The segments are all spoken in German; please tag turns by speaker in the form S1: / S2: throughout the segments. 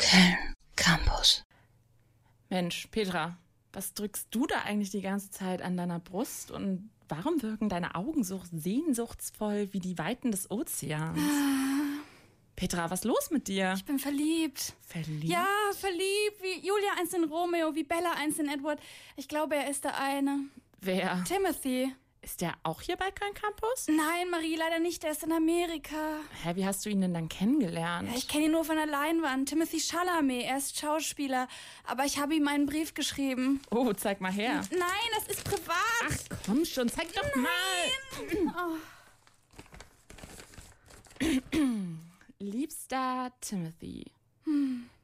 S1: Köln Campus.
S2: Mensch, Petra, was drückst du da eigentlich die ganze Zeit an deiner Brust und warum wirken deine Augen so sehnsuchtsvoll wie die Weiten des Ozeans? Petra, was ist los mit dir?
S3: Ich bin verliebt.
S2: Verliebt?
S3: Ja, verliebt. Wie Julia eins in Romeo, wie Bella eins in Edward. Ich glaube, er ist der eine.
S2: Wer?
S3: Timothy.
S2: Ist der auch hier bei Köln Campus?
S3: Nein, Marie, leider nicht. Er ist in Amerika.
S2: Hä, wie hast du ihn denn dann kennengelernt?
S3: Ja, ich kenne ihn nur von der Leinwand. Timothy Chalamet. Er ist Schauspieler. Aber ich habe ihm einen Brief geschrieben.
S2: oh, zeig mal her.
S3: Nein, das ist privat.
S2: Komm schon, zeig doch mal. Oh. Liebster Timothy,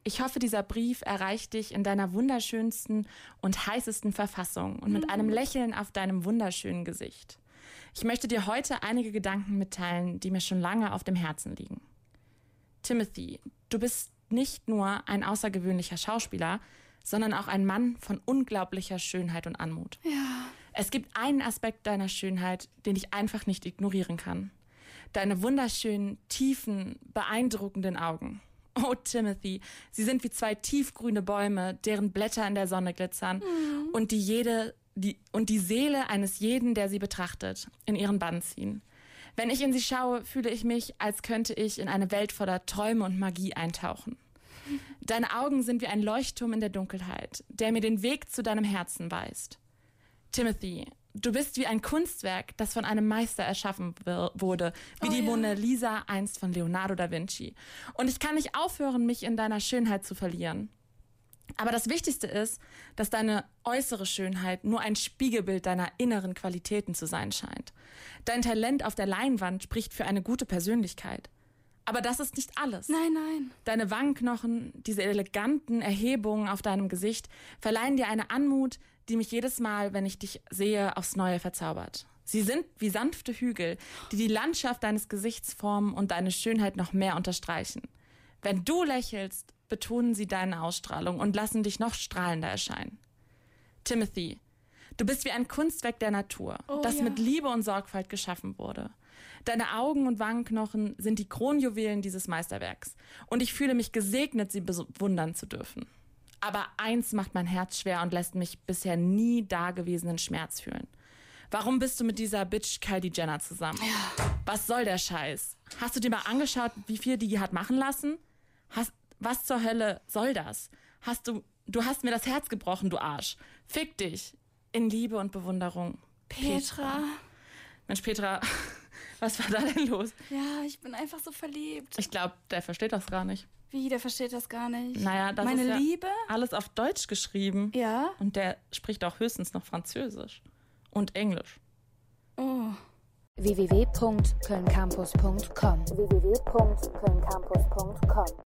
S2: ich hoffe, dieser Brief erreicht dich in deiner wunderschönsten und heißesten Verfassung und mit einem Lächeln auf deinem wunderschönen Gesicht. Ich möchte dir heute einige Gedanken mitteilen, die mir schon lange auf dem Herzen liegen. Timothy, du bist nicht nur ein außergewöhnlicher Schauspieler, sondern auch ein Mann von unglaublicher Schönheit und Anmut. Es gibt einen Aspekt deiner Schönheit, den ich einfach nicht ignorieren kann. Deine wunderschönen, tiefen, beeindruckenden Augen. Oh, Timothy, sie sind wie zwei tiefgrüne Bäume, deren Blätter in der Sonne glitzern und die jede, die, und die Seele eines jeden, der sie betrachtet, in ihren Bann ziehen. Wenn ich in sie schaue, fühle ich mich, als könnte ich in eine Welt voller Träume und Magie eintauchen. Deine Augen sind wie ein Leuchtturm in der Dunkelheit, der mir den Weg zu deinem Herzen weist. Timothy, du bist wie ein Kunstwerk, das von einem Meister erschaffen wir- wurde, wie die
S3: ja.
S2: Mona Lisa einst von Leonardo da Vinci. Und ich kann nicht aufhören, mich in deiner Schönheit zu verlieren. Aber das Wichtigste ist, dass deine äußere Schönheit nur ein Spiegelbild deiner inneren Qualitäten zu sein scheint. Dein Talent auf der Leinwand spricht für eine gute Persönlichkeit. Aber das ist nicht alles.
S3: Nein, nein.
S2: Deine Wangenknochen, diese eleganten Erhebungen auf deinem Gesicht verleihen dir eine Anmut, die mich jedes Mal, wenn ich dich sehe, aufs Neue verzaubert. Sie sind wie sanfte Hügel, die die Landschaft deines Gesichts formen und deine Schönheit noch mehr unterstreichen. Wenn du lächelst, betonen sie deine Ausstrahlung und lassen dich noch strahlender erscheinen. Timothy, du bist wie ein Kunstwerk der Natur, das
S3: ja.
S2: mit Liebe und Sorgfalt geschaffen wurde. Deine Augen und Wangenknochen sind die Kronjuwelen dieses Meisterwerks und ich fühle mich gesegnet, sie bewundern zu dürfen. Aber eins macht mein Herz schwer und lässt mich bisher nie dagewesenen Schmerz fühlen. Warum bist du mit dieser Bitch Kylie Jenner zusammen? Was soll der Scheiß? Hast du dir mal angeschaut, wie viel die hat machen lassen? Hast, was zur Hölle soll das? Hast du, du hast mir das Herz gebrochen, du Arsch. Fick dich. In Liebe und Bewunderung.
S3: Petra.
S2: Mensch, Petra, was war da denn los?
S3: Ja, ich bin einfach so verliebt.
S2: Ich glaube, der versteht das gar nicht.
S3: Wie, der versteht das gar nicht.
S2: Naja, das
S3: Meine
S2: ist ja
S3: Liebe?
S2: alles auf Deutsch geschrieben.
S3: Ja.
S2: Und der spricht auch höchstens noch Französisch und Englisch.
S3: Oh.
S4: www.kölncampus.com www.kölncampus.com